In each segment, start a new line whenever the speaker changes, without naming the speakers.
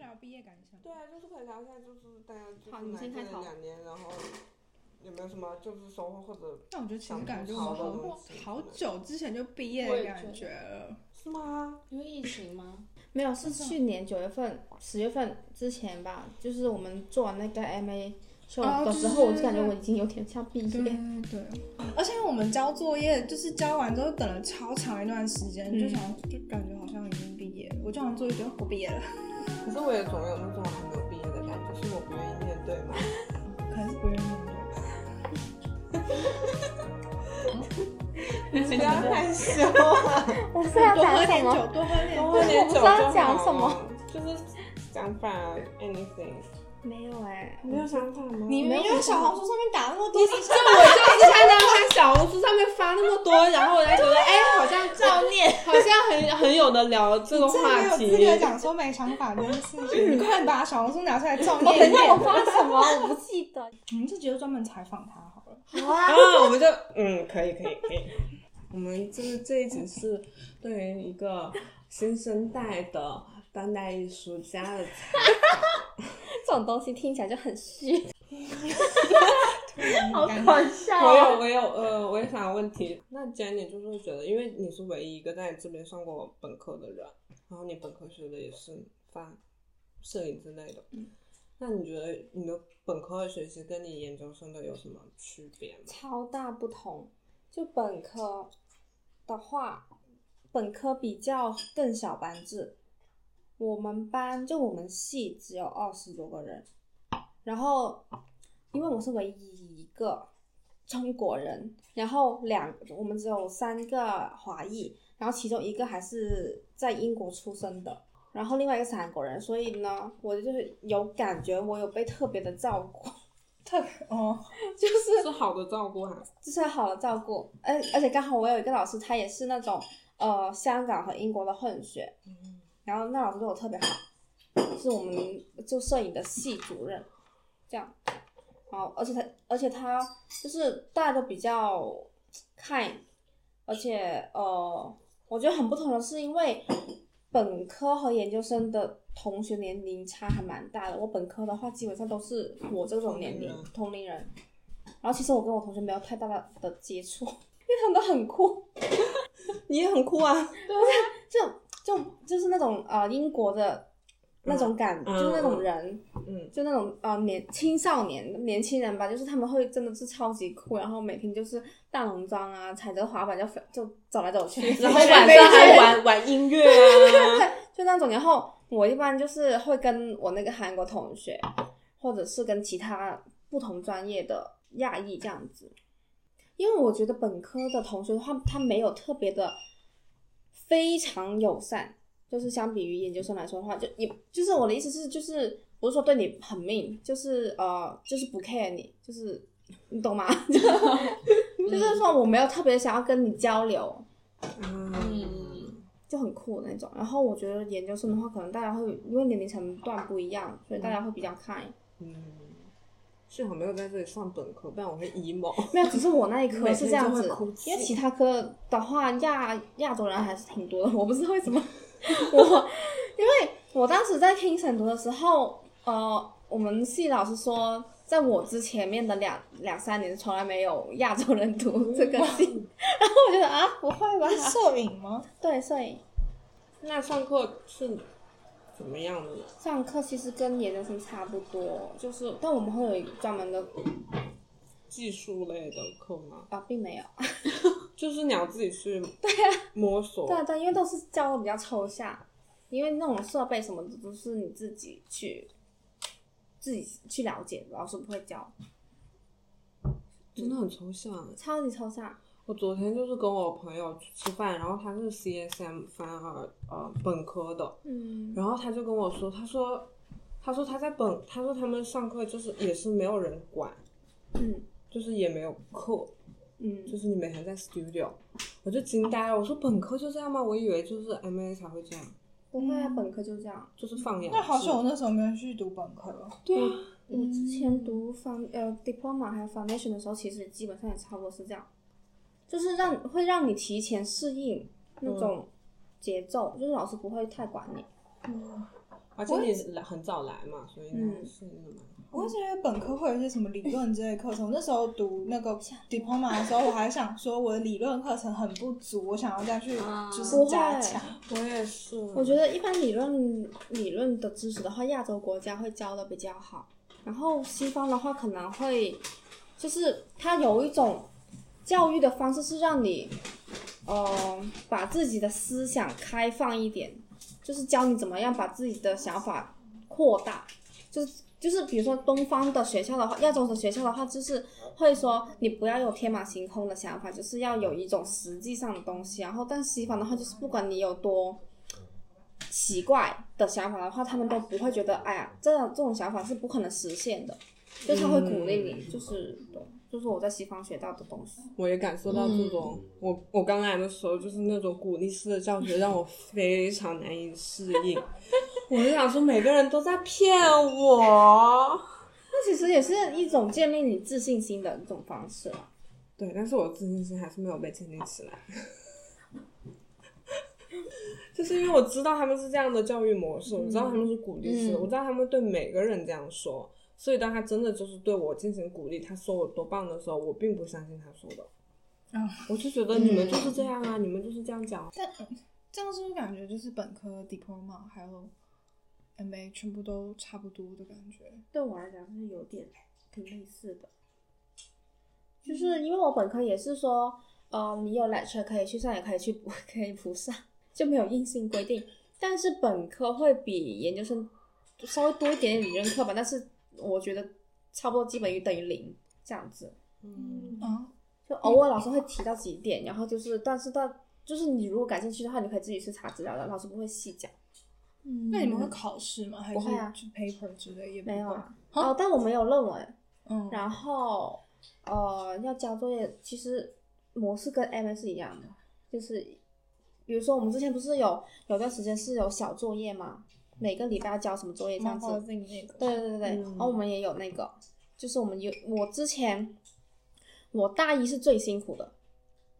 聊毕业感想。
对啊，就是可以聊一下，就是大家就是
好你
来
先
这
开头
两年，然后有没有什么就是收获或者
但我觉得其实感觉我们好好久之前就毕业的感觉了。
是吗？
因为疫情吗？
没有，是去年九月份、十月份之前吧，就是我们做完那个 MA 秀
哦
的
就
时候，我
是
就感觉我已经有点像毕
对
业。
对，而且我们交作业，就是交完之后等了超长一段时间，
嗯
就想就感觉好像已经毕业了。我交完作业觉得我毕业了，
可是我也总有那种还没有毕业的感觉，是我不愿意面对 嘛。
可能是不愿意面对。
不要害羞啊，
我是要
多喝
讲
点
什么？
酒，多喝点
多
酒。
喝点
我不
酒
知
就
道
好
讲什么，
就是想法 anything，
没有哎、
没有想法吗？
你们用小红书上面打那么
就
多，
我就一直看到他小红 书上面发那么多，然后我才觉得，哎、好像
照念。
好像 很很有的聊这个
真的没有
话
资格
题。
讲说没想法这件事情。你快把小红书拿出来照
我
念
等
一
一下我
遍。
发什么？我不记得。
我们这集就专门采访他好了。
好啊
啊，，我们就嗯，可以可以可以。我们就是这一集是对于一个新生代的当代艺术家的
这种东西听起来就很虚，
好啊
笑
我有，我有，呃，我也想问题。那既然你就是觉得，因为你是唯一一个在这边上过本科的人，然后你本科学的也是发摄影之类的，那你觉得你的本科的学习跟你研究生的有什么区别 吗？
超大不同。就本科的话，本科比较更小班制，我们班就我们系只有二十多个人，然后因为我是唯一一个中国人，然后两我们只有三个华裔，然后其中一个还是在英国出生的。然后另外一个是韩国人，所以呢，我就是有感觉，我有被特别的照顾，
特哦，
就是
是好的照顾哈、
就是好的照顾，而而且刚好我有一个老师，他也是那种呃香港和英国的混血，
嗯
然后那老师对我特别好，是我们就摄影的系主任，这样，好，而且他而且他就是大家都比较 kind，而且呃，我觉得很不同的是，因为本科和研究生的同学年龄差还蛮大的，我本科的话基本上都是我这种年
同
龄
龄人
同龄人，然后其实我跟我同学没有太大的的接触， 因为他们都很酷。
你也很酷啊，
就就就是那种呃英国的那种感，
嗯
就是那种人，
嗯，
就那种呃年青少年年轻人吧，就是他们会真的是超级酷，然后每天就是大浓妆啊，踩着滑板就飞就走来走去，
然
然
后
后
晚上还玩玩音乐啊，
就那种。然后我一般就是会跟我那个韩国同学，或者是跟其他不同专业的亚裔这样子，因为我觉得本科的同学的话，他没有特别的非常友善，就是相比于研究生来说的话，就也就是我的意思是，就是不是说对你很命，就是呃，就是不 care 你，就是你懂吗？ 就就是说我没有特别想要跟你交流，
嗯，
就很酷的那种。然后我觉得研究生的话，可能大家会因为年龄层段不一样，所以大家会比较看。
嗯，幸好没有在这里上本科，不然我会 emo。
没有，只是我那一
每
科
天
是这样
就
子
会哭，泣
因为其他科的话，亚亚洲人还是挺多的。我不知道为什 么，我因为我当时在 Kingston 读的时候，呃，我们系老师说，在我之前面的两两三年从来没有亚洲人 读这个系，然后我觉得啊，不会吧？
摄影吗？
对，所以
那上课是怎么样的呢？
上课其实跟研究生差不多，就是但我们会有一个专门的
技术类的课吗？
啊，并没有。
就是你要自己去摸索。
对对，因为都是教的比较抽象，因为那种设备什么的都是你自己去自己去了解的，老师不会教，
真的很抽象。啊
超级抽象。
我昨天就是跟我朋友去吃饭，然后他是 CSM 反而呃本科的，
嗯，
然后他就跟我说，他说他说他在本，他说他们上课就是也是没有人管，
嗯
就是也没有课，就
嗯，
是你每天在 studio，我就惊呆了，我说本科就这样吗？我以为就是 MA 才会这样，
不会啊，本科就这样。
就是放养。
那好像我那时候没有去读本科了。
对啊，
我之前读 found 呃 diploma 还有 foundation 的时候，其实基本上也差不多是这样，就是让会让你提前适应那种节奏，就是老师不会太管你。
而且你来很早来嘛，所以应该
嗯
适应的蛮好。
我是觉得本科会有一些什么理论之类的课程。我那时候读那个 diploma 的时候，我还想说我的理论课程很不足，我想要再去
啊
就是
不会
加强。
我也是，
我觉得一般理论理论的知识的话，亚洲国家会教的比较好，然后西方的话可能会，就是它有一种教育的方式是让你，呃，把自己的思想开放一点，就是教你怎么样把自己的想法扩大，就是。就是比如说东方的学校的话，亚洲的学校的话，就是会说你不要有天马行空的想法，就是要有一种实际上的东西。然后，但西方的话，就是不管你有多奇怪的想法的话，他们都不会觉得，哎呀，这样这种想法是不可能实现的，就他会鼓励你，就是对，就是我在西方学到的东西。
我也感受到这种，我我刚来的时候就是那种鼓励式的教学，让我非常难以适应。 我就想说，每个人都在骗我。
那其实也是一种建立你自信心的一种方式啊。
对，但是我自信心还是没有被建立起来， 就是因为我知道他们是这样的教育模式，我知道他们是鼓励式的，
嗯
我知道他们对每个人这样说，所以当他真的就是对我进行鼓励，他说我多棒的时候，我并不相信他说的，
嗯
我就觉得你们就是这样啊，你们就是这样讲，
但嗯这样是不是感觉就是本科 diploma 还有 MA 全部都差不多的感觉？
对我来讲是有点挺类似的，就是因为我本科也是说，呃，你有缆车可以去上，也可以去补， 可以不上，就没有硬性规定。但是本科会比研究生稍微多一点点理论课吧，但是我觉得差不多基本于等于零这样子。
嗯，
啊，
就偶尔老师会提到几点，然后就是，但是到就是你如果感兴趣的话，你可以自己去查资料的，老师不会细讲。嗯
那你们会考试吗？还是
不会啊
就 paper 之类也不
没有
会？
啊？哦，但我们有论文。
嗯，
然后呃，要交作业，其实模式跟 M S 一样的，就是比如说我们之前不是有有段时间是有小作业嘛，每个礼拜要交什么作业这样子。
自己那个。
对对对对，然、后、我们也有那个，就是我们有我之前我大一是最辛苦的，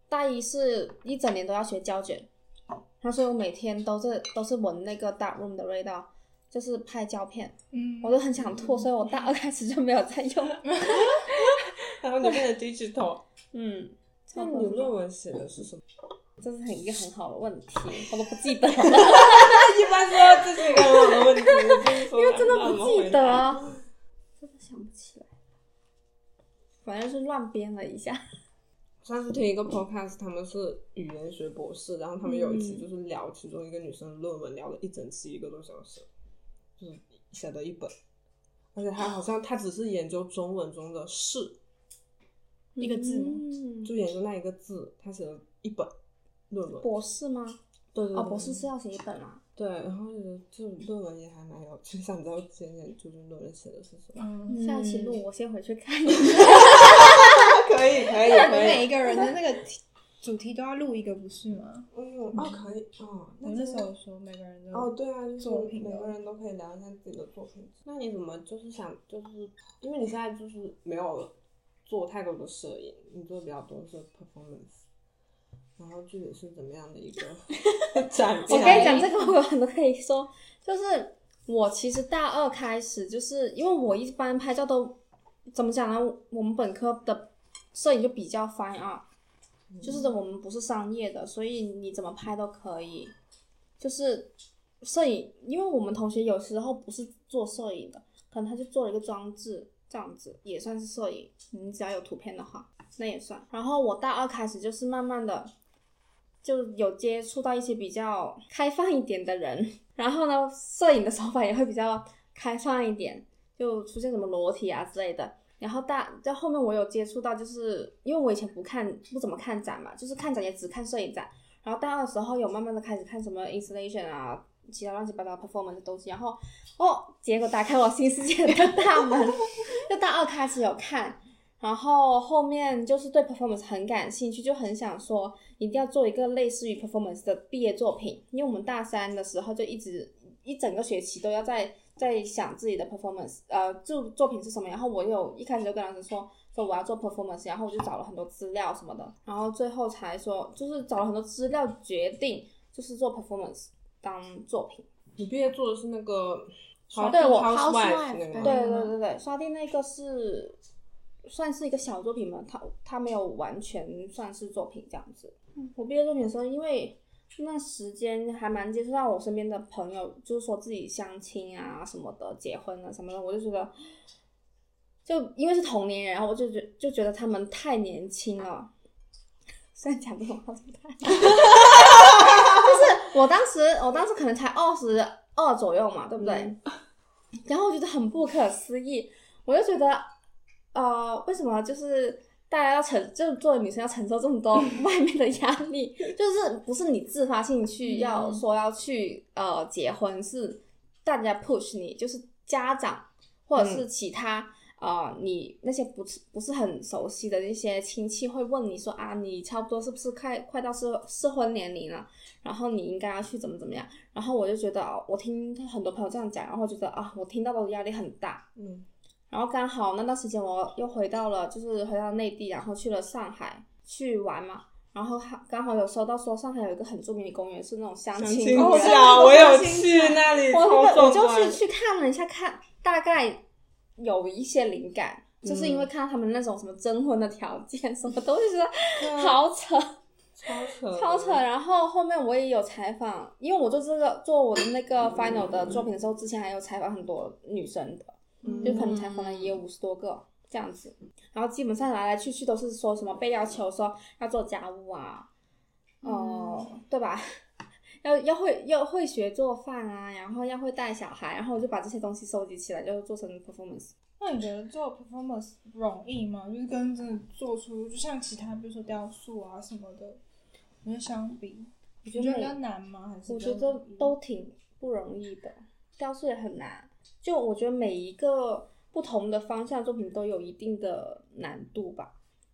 大一是一整年都要学胶卷，然后所以我每天都是都是闻那个 dark room 的味道，就是拍胶片，
嗯，
我都很想吐，所以我大二开始就没有再用。
然后你变成 digital，
嗯，
那
差不多
你论文写的是什么？
这是很一个很好的问题，我都不记得了，
啊一般都要自己问我的问题，因
因为真的不记得，啊，真的想不起来，反正是乱编了一下。
上次听一个 podcast，他们是语言学博士，然后他们有一期就是聊其中一个女生的论文，聊了一整期一个多小时，就是写的一本，而且她好像她只是研究中文中的“是
一个字吗
嗯”，
就研究那一个字，她写了一本论文。
博士吗？
对对对，
哦，博士是要写一本吗？
对，然后就觉得这种论文也还蛮有趣，想知道今年究竟论文写的是什么。
嗯，
下一期录我先回去看。
可以 可 以
那你们
可
每
以，
一个人的那个题主题都要录一个，不是吗？
嗯哦可以哦，
我
那
那
这
时
个
候说每个人的
哦，对啊，就是
作品
每
的
个人都可以聊一下自己的作品。那你怎么就是想就是，因为你现在就是没有做太多的摄影，你做比较多是 performance，然后具体是怎么样的一 个展
我
变？
跟你讲，这个我有很多可以说，就是我其实大二开始，就是因为我一般拍照都怎么讲呢？我们本科的摄影就比较 fine art，就是我们不是商业的，所以你怎么拍都可以。就是摄影，因为我们同学有时候不是做摄影的，可能他就做了一个装置，这样子也算是摄影。你只要有图片的话，那也算。然后我大二开始就是慢慢的就有接触到一些比较开放一点的人， 然后呢，摄影的手法也会比较开放一点，就出现什么裸体啊之类的。然后大在后面我有接触到，就是因为我以前不看不怎么看展嘛，就是看展也只看摄影展。然后大二的时候有慢慢的开始看什么 installation 啊，其他乱七八糟 performance 的东西。然后哦，结果打开我新世界的大门， 就大二开始有看，然后后面就是对 performance 很感兴趣，就很想说一定要做一个类似于 performance 的毕业作品，因为我们大三的时候就一直一整个学期都要在在想自己的 performance，呃，作作品是什么。然后我有一开始就跟老师说说我要做 performance，然后我就找了很多资料什么的，然后最后才说就是找了很多资料决定就是做 performance 当作品。
你毕业做的是那个
哦对我
housewife 那
housewife，
个吗嗯
对对对对，刷地那个是算是一个小作品吧，它它没有完全算是作品这样子。我毕业作品的时候，因为那时间还蛮接触到我身边的朋友，就是说自己相亲啊什么的，结婚啊什么的，我就觉得，就因为是同龄人，然后我就觉就觉得他们太年轻了。 虽然讲这种话怎么太， 就是我当时我当时可能才二十二左右嘛，对不对？然后我觉得很不可思议，我就觉得，呃，为什么就是大家要承，就是作为女生要承受这么多外面的压力，就是不是你自发性去要说要去呃结婚，是大家 push 你，就是家长或者是其他。呃，你那些不是不是很熟悉的那些亲戚会问你说啊，你差不多是不是快快到适适婚年龄了？然后你应该要去怎么怎么样？然后我就觉得，哦我听很多朋友这样讲，然后我觉得啊，我听到的压力很大。
嗯，
然后刚好那段时间我又回到了，就是回到内地，然后去了上海去玩嘛。然后还刚好有收到说上海有一个很著名的公园是那种相
相
亲
亲
公园，
角，我有去那里，
我
超
我
壮
就
观
是去看了一下，看大概有一些灵感，就是
嗯
因为看到他们那种什么征婚的条件什么的， 我就觉
啊
得好扯。
超扯，
超扯。然后后面我也有采访，因为我做这个做我的那个 final 的作品的时候，之前还有采访很多女生的，
嗯
就可能采访了也有五十多个这样子。然后基本上来来去去都是说什么被要求说要做家务啊，哦、对吧？ 要要会要会学做饭啊，然后要会带小孩，然后我就把这些东西收集起来，就做成 performance。
那你觉得做 performance 容易吗？就是跟真的做出，就像其他比如说雕塑啊什么的，你觉得相比，你觉得比较难吗？还是
我
比较
觉得嗯
容易
都挺不容易的，雕塑也很难。就我觉得每一个不同的方向作品都有一定的难度吧，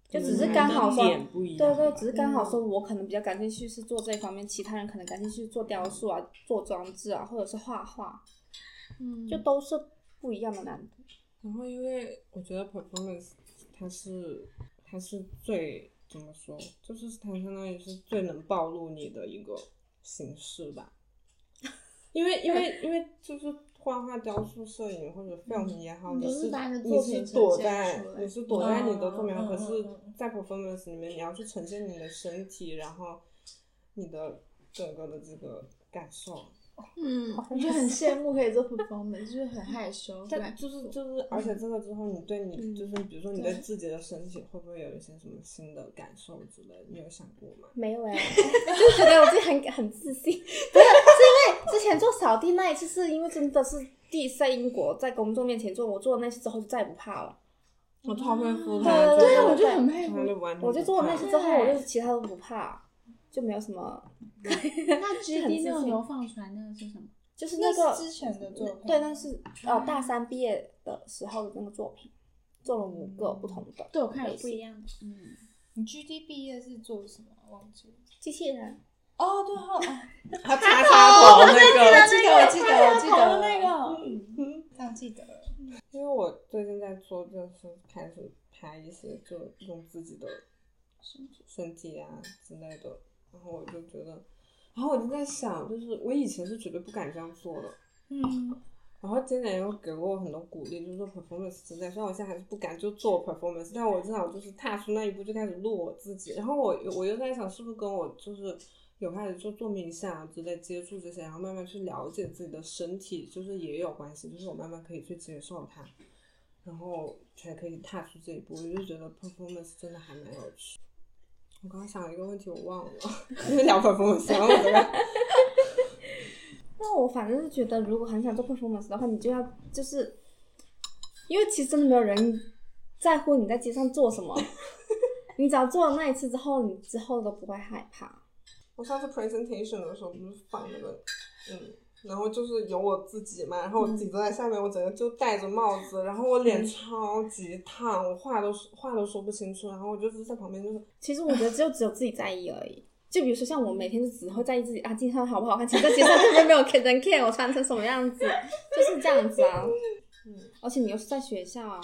就只是刚好说，
点不一
对
样，
对，只是刚好说我可能比较感兴趣是做这一方面，其他人可能感兴趣做雕塑啊、做装置啊，或者是画画，
嗯
就都是不一样的难度。
然后因为我觉得 performance 它是它是最怎么说，就是它相当于是最能暴露你的一个形式吧。因为因为因为就是画画、雕塑、摄影或者 film 也好，你
就是
是
嗯把你的
你
作品
是
呈
躲
现
在
出来
你是躲在你的
嗯
作品上，
嗯
可
嗯
是
嗯嗯
在 performance 里面你要去呈现你的身体，然后你的整个的这个感受。
嗯，我就很羡慕可以做 performance，就是很害
哦
羞，不
但
敢
就是就是，而且这个之后，你对你、
嗯
就是，比如说你
对
对自己的身体会不会有一些什么新的感受之类的？你有想过吗？
没有哎、 就觉得我自己很很自信， 不是是因为之前做扫地那一次，是因为真的是第一次在英国在公众面前做，我做了那次之后就再也不怕了。
我超佩服
他对
对
对
啊，
啊
我
我
就
就
很
很
哎
佩服
他。就完全，
我就做了那次之后，我
对
就其他都不怕，就没有什么，
那 G
很
D
自
那种
信
流放船那个是什么？
就是
那
个
是之前的作品
对，那是呃大三毕业的时候的那个作品，做了五个不同的
对我看有不一样的，嗯，
你 GD 毕业是做什么？啊忘记了。
机器人，
哦，对哦，哦
他插插
我
头那个，
记得，我记得，我记
头
得
的那个，
这样记得了。
因为我最近在做，就是开始拍一些就用自己的身体啊之类的，然后我就觉得，然后我就在想，就是我以前是绝对不敢这样做的，
嗯，
然后今年又给我很多鼓励，就是做 performance 之类。虽然我现在还是不敢就做 performance，但我至少就是踏出那一步就开始录我自己。然后我我又在想，是不是跟我就是有开始就做冥想啊之类接触这些，然后慢慢去了解自己的身体，就是也有关系。就是我慢慢可以去接受它，然后才可以踏出这一步。我就觉得 performance 真的还蛮有趣。我刚刚想了一个问题，我忘了，因为聊 performance，然后我这个
那我反正是觉得，如果很想做 performance 的话，你就要就是，因为其实真的没有人在乎你在街上做什么，你只要做了那一次之后，你之后都不会害怕。
我上次 presentation 的时候不是放那个，嗯，然后就是有我自己嘛，然后我自己坐在下面，我整个就戴着帽子，然后我脸超级烫，我话都话都说不清楚，然后我就是在旁边就是，
其实我觉得就只有自己在意而已。就比如说像我每天就只会在意自己啊，街上好不好看，其实在街上根本没有人 care 我穿成什么样子，就是这样子啊。而且你又是在学校啊，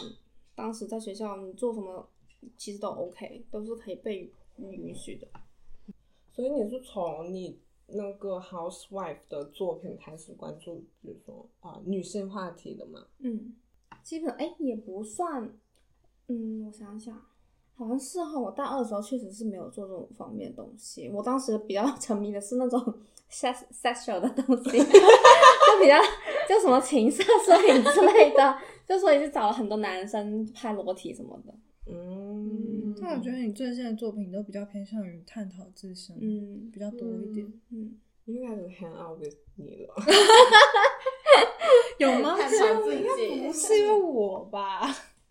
当时在学校你做什么其实都 OK，都是可以被允许的。
所以你是从你那个 housewife 的作品开始关注，比如说啊、女性话题的嘛，
嗯，基本哎也不算，嗯，我想想，好像是哈。我大二的时候确实是没有做这种方面的东西，我当时比较 沉迷的是那种 sex sexual 的东西， 就比较就什么情色摄影之类的，就所以就找了很多男生拍裸体什么的。
嗯，
但我觉得你最近的作品都比较偏向于探讨自身，
嗯
比较多一点。
嗯，
你就开始 hang out with 你了，
有吗？
探
这
讨
样
自己
应该不是因为我吧？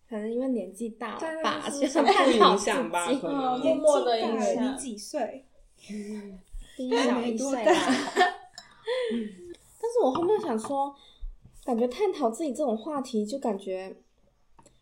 可能因为年纪大了吧，
是
就
受
探讨
影
自己
响吧，可
哦
能
默默地影响
你几岁？
比你小
没
一
多
岁
大
吧。嗯 但是我后面想说，感觉探讨自己这种话题，就感觉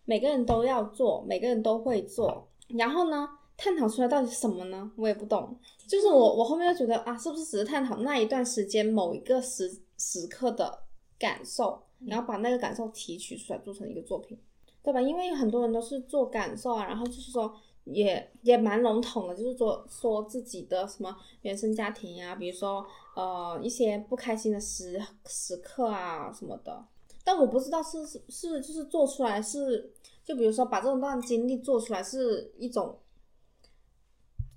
每个人都要做，每个人都会做。然后呢，探讨出来到底是什么呢？我也不懂。就是我，我后面就觉得啊，是不是只是探讨那一段时间某一个时时刻的感受，然后把那个感受提取出来，做成一个作品，对吧？因为很多人都是做感受啊，然后就是说。也也蛮笼统的，就是说说自己的什么原生家庭呀、比如说呃一些不开心的时时刻啊什么的。但我不知道是是是就是做出来是，就比如说把这段经历做出来是一种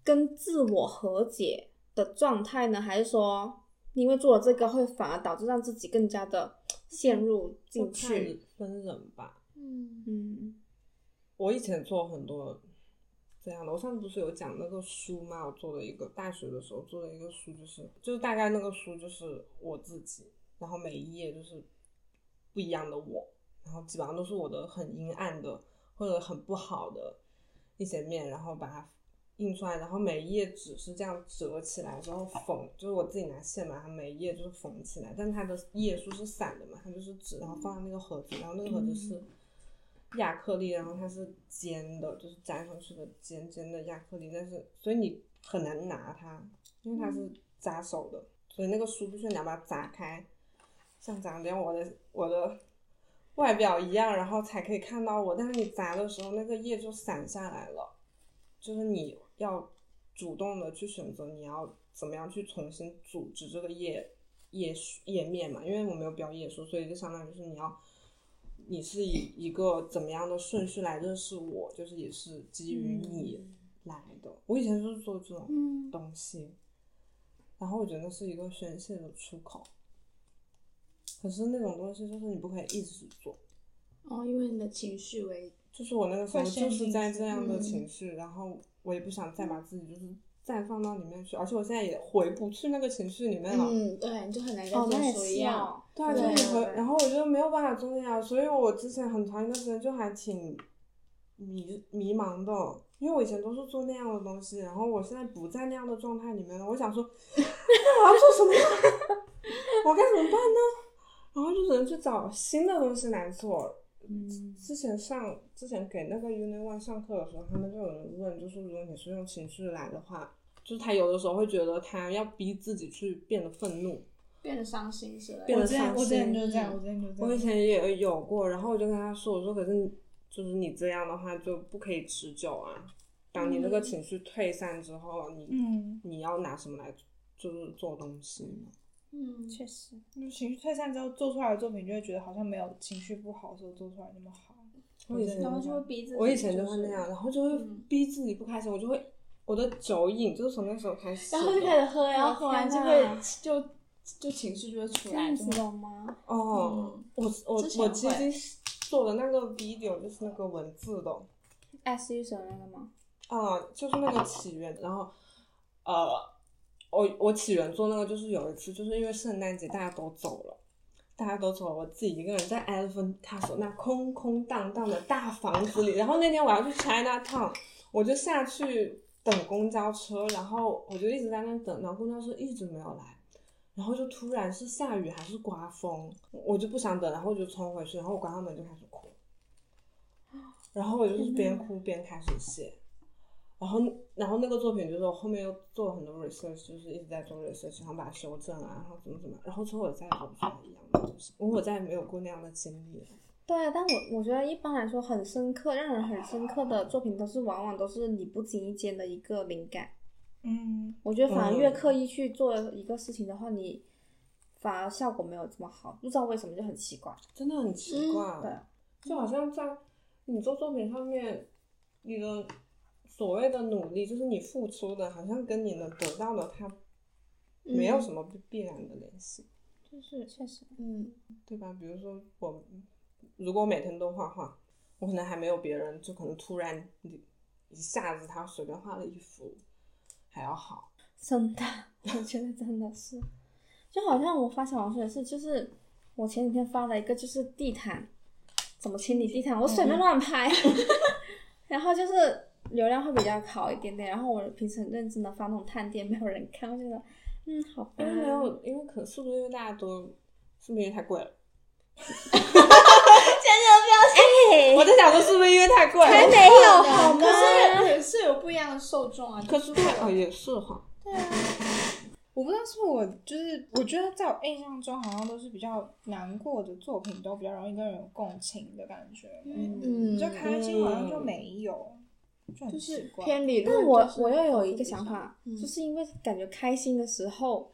跟自我和解的状态呢，还是说因为做了这个会反而导致让自己更加的陷入进去？
去分人吧。
嗯，
嗯
我以前做很多这样的，我上次不是有讲那个书嘛，我做了一个大学的时候做了一个书，就是就是大概那个书就是我自己，然后每一页就是不一样的我，然后基本上都是我的很阴暗的或者很不好的一些面，然后把它印出来，然后每一页纸是这样折起来之后缝，就是我自己拿线把它每一页就是缝起来，但它的页数是散的嘛，它就是纸，然后放在那个盒子，然后那个盒子是亚克力，然后它是尖的，就是粘上去的尖尖的亚克力，但是所以你很难拿它，因为它是扎手的，所以那个书必须你要把它砸开，像长这样我的我的外表一样，然后才可以看到我，但是你砸的时候那个叶就散下来了。就是你要主动的去选择你要怎么样去重新组织这个页页数页面嘛，因为我没有标页数，所以就相当于是你要你是以一个怎么样的顺序来认识我，就是也是基于你来的。我以前就是做这种
嗯，
东西，然后我觉得那是一个宣泄的出口。可是那种东西就是你不可以一直做，
哦，因为你的情绪为
就是我那个时候
会陷
就是
进
在
去
这样的
嗯
情绪，然后我也不想再把自己就是再放到里面去，而且我现在也回不去那个情绪里面了。
嗯，对，你就很难跟
哦，那也
做书一
是
样。
哦，
对啊，就
对
是回，
对
然后我就没有办法做那样，所以我之前很长一段时间就还挺迷迷茫的，因为我以前都是做那样的东西，然后我现在不在那样的状态里面了，我想说，那我要做什么？ 我该怎么办呢？然后就只能去找新的东西来做。嗯，之前上之前给那个 Uni One 上课的时候，他们就有人问，就是如果你是用情绪来的话，就是他有的时候会觉得他要逼自己去变得愤怒，
变得伤心之类的。
变
我
得
之前
伤
我之前
心
就这样，我之前就这样。
我以前也有过，然后我就跟他说：“我说可是你就是你这样的话就不可以持久啊。当你那个情绪退散之后，你、
嗯，
你要拿什么来就是做东西呢？
嗯，
确实，
就情绪退散之后做出来的作品，就会觉得好像没有情绪不好的时候做出来那么好。
我以前
嗯然后
就
就
会
会逼自己。
我以前就会那样，。然后就会
嗯
逼自己不开心，我就会我的酒瘾就是从那时候开始的，
然后就开始喝，啊然后喝完就会
啊天哪
就就情绪就会出
这
来，
样
就
子
会
的吗？
哦，
嗯
我我
之前
我
会
其实做的那个 video 就是那个文字的，
爱是一首那个吗？
啊，就是那个起源，然后，呃，我我起源做那个，就是有一次，就是因为圣诞节大家都走了，大家都走了，我自己一个人在 Elephant Castle 那空空荡荡的大房子里，然后那天我要去 China Town，我就下去等公交车，然后我就一直在那等，然后公交车一直没有来，然后就突然是下雨还是刮风，我就不想等，然后我就冲回去，然后我关上门就开始哭，然后我就是边哭边开始写。然后，然后那个作品就是我后面又做了很多 research，就是一直在做 research，然后把它修正啊，然后怎么怎么，然后之后我再也做不出来一样的东西，因为我再也没有过那样的经历了。
对啊，但我我觉得一般来说很深刻，让人很深刻的作品都是往往都是你不经意间的一个灵感，
嗯，
我觉得反而越
嗯
刻意去做一个事情的话，你反而效果没有这么好，不知道为什么就很奇怪。
真的很奇
嗯
怪。
对
就好像在你做作品上面，你的所谓的努力，就是你付出的，好像跟你能得到的，它没有什么必必然的联系，
嗯就是确实，
嗯，
对吧？比如说我，如果每天都画画，我可能还没有别人，就可能突然你一下子他随便画了一幅还要
嗯
好。
真的， 我觉得真的是，就好像我发小红书也是，就是我前几天发了一个，就是地毯怎么清理地毯，我随便乱拍， 然后就是流量会比较好一点点，然后我平时很认真的发那种探店，没有人看，我觉得嗯好吧
因，为没有，因为可是不是因为大家都，是不是因为太贵了？
哎
我在想说是不是因为太贵
还没
了？
有好吗
可？是也是有不一样的受众啊。
可是太哦也是哈，
我不知道是不是我，就是我觉得在我印象中，好像都是比较难过的作品，都比较容易跟人有共情的感觉。
嗯，
比较开心好像就没有，就很
就是
奇怪。
偏理论。
但我
就是
我又有一个想法，
嗯
就是因为感觉开心的时候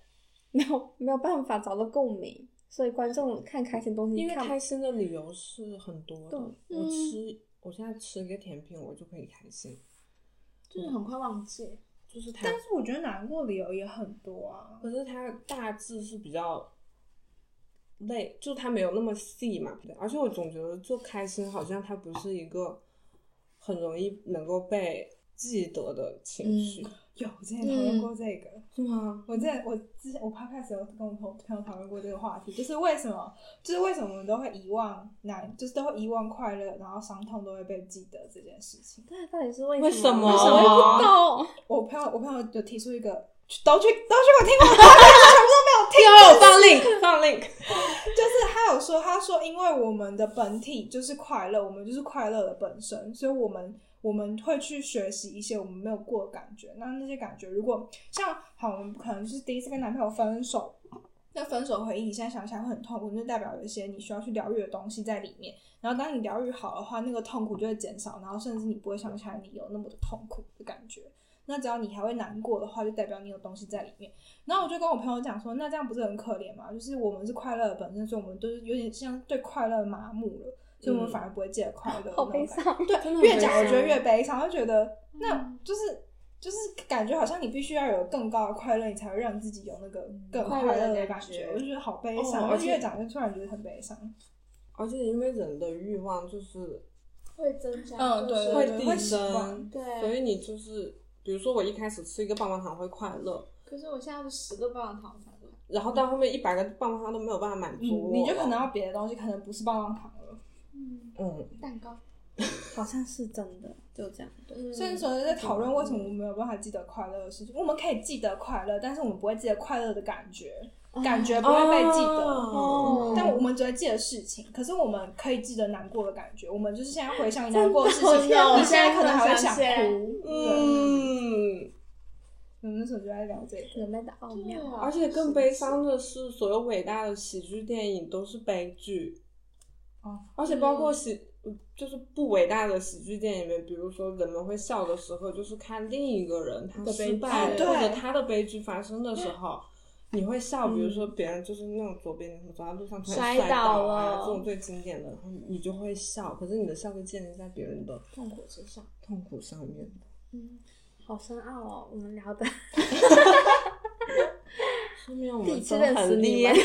没有没有办法找到共鸣，所以观众看开心的东西
因为
看
开心的理由是很多的。
对
我
嗯
吃，我现在吃一个甜品，我就可以开心，
就是很快忘记。
就是它
但，是我觉得难过理由也很多啊。
可是它大致是比较累，就它没有那么细嘛。而且我总觉得做开心好像它不是一个很容易能够被记得的情绪，
有，我之前讨论过这个。
是吗？
我之前我之前我 p 开始有跟我朋朋友讨论过这个话题，就是为什么，就是为什么我们都会遗忘难，就是都会遗忘快乐，然后伤痛都会被记得这件事情。
对，到底是为
为
什
什
么？
么
为什么不懂？
我朋友我朋友有提出一个，都去都去给我听过。
有放 link 放 link，
就是他有说，他说因为我们的本体就是快乐，我们就是快乐的本身，所以我们我们会去学习一些我们没有过的感觉。那那些感觉，如果像好，我们可能就是第一次跟男朋友分手，那分手回忆，你现在想起来会很痛苦，那就代表有一些你需要去疗愈的东西在里面。然后当你疗愈好的话，那个痛苦就会减少，然后甚至你不会想起来你有那么的痛苦的感觉。那只要你还会难过的话，就代表你有东西在里面。然后我就跟我朋友讲说，那这样不是很可怜吗？就是我们是快乐的本身，所以我们都是有点像对快乐麻木了，所以我们
嗯
反而不会记得快乐。
好悲伤。
真的很
越讲
悲
我觉得
伤嗯
越悲伤，就觉得那就是就是感觉好像你必须要有更高的快乐，你才会让自己有那个
嗯
更
快
快
乐的
乐的
感
感
觉
觉。我就觉得好悲
哦
伤，
而
而且
且
越讲就突然觉得很悲伤。
而且因为人的欲望就是
会增加，
嗯
就是
对
会
对
递
习
增
惯，
对
所以你就是，比如说我一开始吃一个棒棒糖会快乐，
可是我现在是十个棒棒糖才会。
然后到后面一百个棒棒糖都没有办法满
嗯
足我、，
你就可能要，别的东西，可能不是棒棒糖了。
嗯，
嗯，
蛋糕。
好像是真的，就这样。
嗯
所以说在讨论为什么我们没有办法记得快乐的事情，我们可以记得快乐，但是我们不会记得快乐的感觉，感觉不会被记得。嗯
哦
但我们只会记得事情，可是我们可以记得难过的感觉。我们就是现在回想难过的事情，
真的
你现在可能还会
我现在突然
哭。对，
嗯，
我们那时候就在聊这个。
人类的奥妙。
而且更悲伤的是，所有伟大的喜剧电影都是悲剧，
哦，
而且包括喜。嗯就是不伟大的喜剧电影里面，比如说人们会笑的时候，就是看另一个人他
的悲
失败
剧
了，或
对
者他的悲剧发生的时候，你会笑。比如
嗯
说别人就是那种左边走在路上突
摔
然
倒
摔倒
了
啊，这种最经典的，然后你就会笑。可是你的笑是建立在别人的
痛苦之上。
痛苦上面。
嗯，好深奥哦，我们聊的。
说明我
第一
们
次
真
认
的
识
很 厉
你
害
们，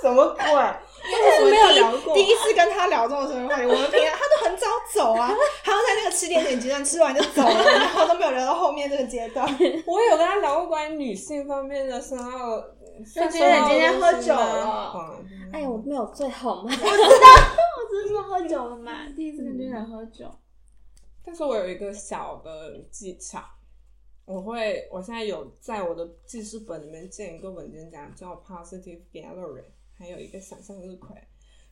什么鬼？
但是
没有聊过
第一次跟他聊这种什么话题，我们平常他都很早走 啊，他都在那个吃点点阶段吃完就走了，然后都没有聊到后面这个阶 段。
我有跟他聊过关于女性方面的深奥。就
觉得你今天喝酒了
哎呀，我没有醉好吗？
我嗯只是说喝酒了嘛，第一次跟军人喝酒。
但是我有一个小的技巧，我会，我现在有在我的记事本里面建一个文件夹，叫 Positive Gallery，还有一个想象日葵，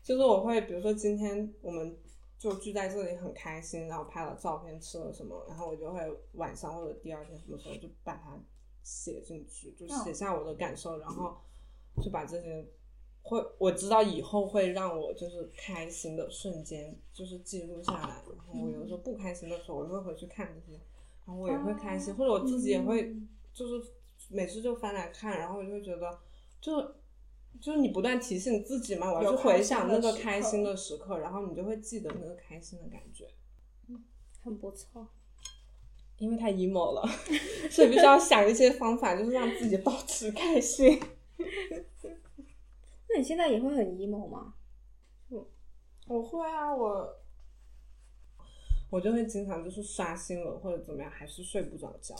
就是我会，比如说今天我们就聚在这里很开心，然后拍了照片，吃了什么，然后我就会晚上或者第二天什么时候就把它写进去，就写下我的感受，然后就把这些。会我知道以后会让我就是开心的瞬间，就是记录下来。然后我有时候不开心的时候，我就会回去看这些然后我也会开心，或者我自己也会
嗯
就是每次就翻来看，然后我就会觉得就。就是你不断提醒自己嘛，我要
有
去
开
回
心
想
的
那个
时刻
开心的时刻，然后你就会记得那个开心的感觉，
很不错。
因为太 emo 了， 所以必须要想一些方法，就是让自己保持开心。
那你现在也会很 emo 吗？
我会啊，我我就会经常就是刷新闻或者怎么样，还是睡不着觉。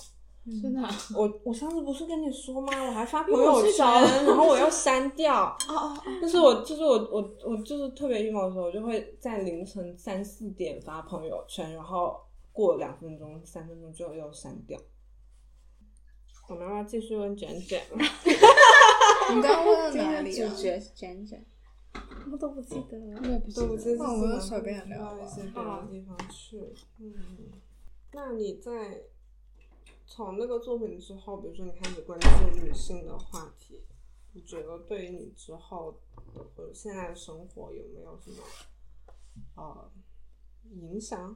真的啊
我我上次不是跟你说吗？我还发朋
为我
友
睡
圈，
着了
然后我要删掉。
哦哦哦，
就是我就是我我我就是特别 emo 的时候，我就会在凌晨三四点发朋友圈，然后过两分钟三分钟就又删掉。我们要不要继续问卷卷？
你刚刚问
今
到哪
天
里了
主？角是卷卷，我都不记得了。
我也不记
对，我
得。
这次
那我们就随便聊
到
吧
一些别的地方去。嗯，那你在从那个作品之后，比如说你开始关注女性的话题，你觉得对于你之后的或者现在的生活有没有什么呃影响？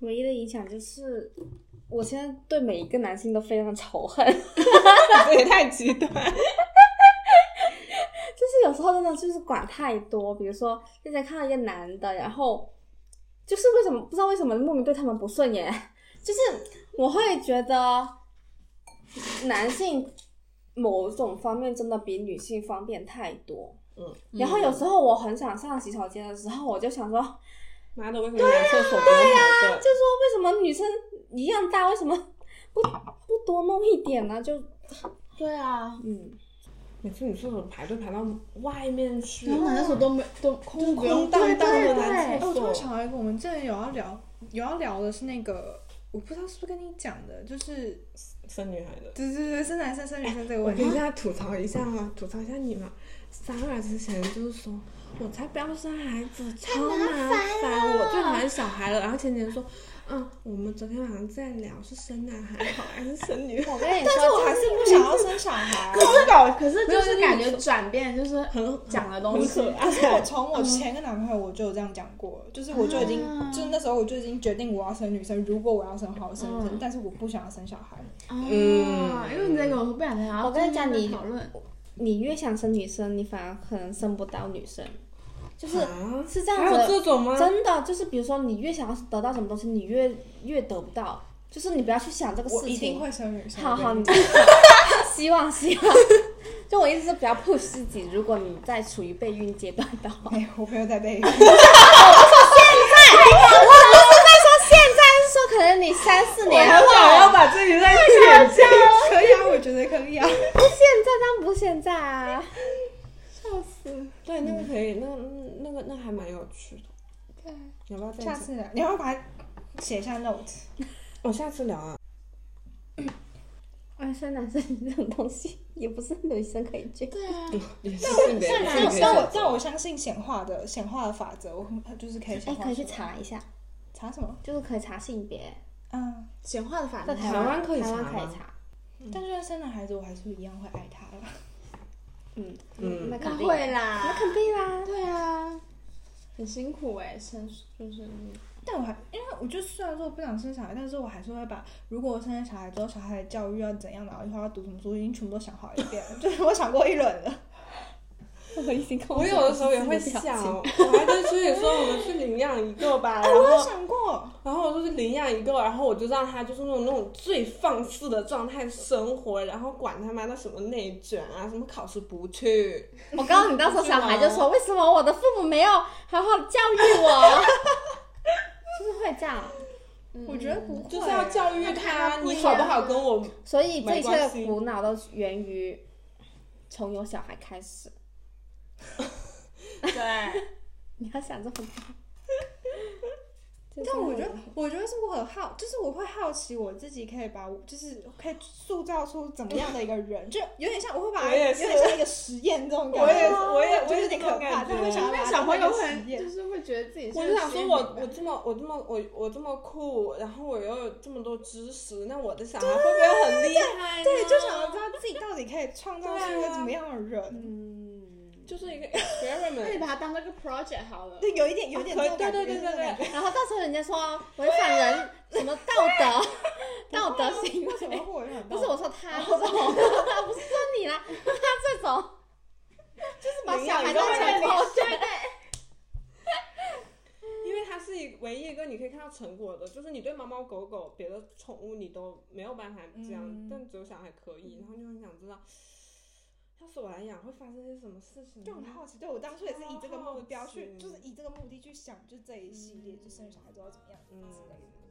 唯一的影响就是，我现在对每一个男性都非常 仇恨，
这也太极 端。
就是有时候真的就是管太多。比如说之前看到一个男的，然后就是为什么不知道为什么莫名对他们不顺眼，就是我会觉得男性某种方面真的比女性方便太多。
嗯，
然后有时候我很想上洗手间的时候，我就想说，
妈的，为什么男厕所不用排队？
就说为什么女生一样大，为什么不不多弄一点呢、就
对啊，
嗯。
每次女厕所排队排到外面去，
然后男厕所都没都空不
空
用
荡荡
对
的
对
男
哎，我
厕
突然
所。
想到一个，我们之前有要聊，有要聊的是那个，我不知道是不是跟你讲的，就是
生女孩的。
对对对，是男生生女生这个
我
问
可以
题
跟。他吐槽一下吗？吐槽一下你们。三月之前就是说，我才不要生孩子，超麻烦，我最讨厌小孩了。然后前几天说，嗯，我们昨天晚上在聊是生男孩好还是生女孩，
我跟你说，
但是我还是不想要生小孩啊。
可是搞，可是就
没有
是
你
感觉转变就是哦讲的东
很
西
可爱。
我从我前一个男朋友我就有这样讲过，就是我就已经，就是那时候我就已经决定我要生女生，如果我要生好生女生，但是我不想要生小孩。
啊，因为你在跟我说不想谈，
我跟你讲你
讨论，
你越想生女生，你反而可能生不到女生，就是、
啊
是这样
还
子
有
的。
这种吗？
真的就是，比如说你越想要得到什么东西，你越越得不到。就是你不要去想这个
我
事
一定
情。
会生女生。
好好，你希望希望。就我意思是，不要 push 自己。如果你在处于备孕阶段的 话，
没有， 我没有在备孕。
哎但是说可能你三四年后，
把自己再剪掉。
可以啊，我觉得可以啊。
不现在但不现在啊。
对，那个可以，那那个那还蛮有趣的。对，要不要再
下
讲？
次啊你要不要把它写下 note？
我下次聊啊。
而哎生男生女这 种东西，也不是女生可以决定。
啊
也是性别
但
性
但我
别选择
但我相信显化的显化的法则，我就是可以显
哎，
化。
可以去查一下，
查什么？
就是可以查性别，
嗯，
简化的法
在
则。
台
台湾可以
台
查
湾可以
吗
查。
但是生了孩子，我还是一样会爱他的。
嗯，
嗯
那肯
那
定
会
那
啦，
肯定啦。
对啊，很辛苦哎，生就是
但我还，因为我就虽然说我不想生小孩，但是我还是会把，如果我生了小孩之后，小孩的教育要怎样，然后以后要读什么书，已经全部都想好一遍了，就是我想过一轮了。
我已经跟
我有的时候也会 想， 我还跟苏姐说我们去领养一个吧，然
我有
后
想过，
然后我就是领养一个，然后我就让他就是那种那种最放肆的状态生活，然后管他妈的什么内卷啊，什么考试不去，
我告诉你，到时候小孩就说：“为什么我的父母没有好好教育我？” 就是会这样，
我觉得不会，
就是要教育
他
他，
不一
你好
样
不好跟我
所以这
没
一切的
关系
苦恼都源于从有小孩开始。
对。
你要想这么多。 就
但
是
我觉得，我觉得是我很好，就是我会好奇我自己可以把，就是可以塑造出怎么样的一个 人，就有点像我会把它，
我也
有
是
点像一个实验这种感觉。
我也是我也
就
我也
有
是
点
这
可
种
怕，
感觉
但会想要把
那
它
小朋友
当成一个
会
实验
啊
就是会觉得自己是，
我就想说我，我这么我这么我我这么酷，然后我又有这么多知识，那我的小孩会不会很厉害呢？
对，就
啊
想要知道自己到底可以创造出一
对
个
啊
怎么样的人。
嗯，
就是一个 experiment
那你
们
把它当做一个 project 好了。
对，有一点有一点这种
对
感觉，
啊对对对对，
然后到时候人家说违反人什么道德 道德行
为什么
为，
会违反到？
不是我说
哦
他这种，不是说你啦， 他这种
就是
把
领
小
养
孩
一个
当
人
成
领
狗，对对。
因为它是一唯一一个你可以看到成果的，就是你对猫猫狗狗、别的宠物你都没有办法这样，
嗯
但只有小孩可以，然后你就很想知道， 要是我来养会发生些什么事情呢。
就很好奇，对我当初也是以这个目标去，
超好奇
就是以这个目的去想，就这一系列，就生小孩之后要怎么样
嗯
之类的。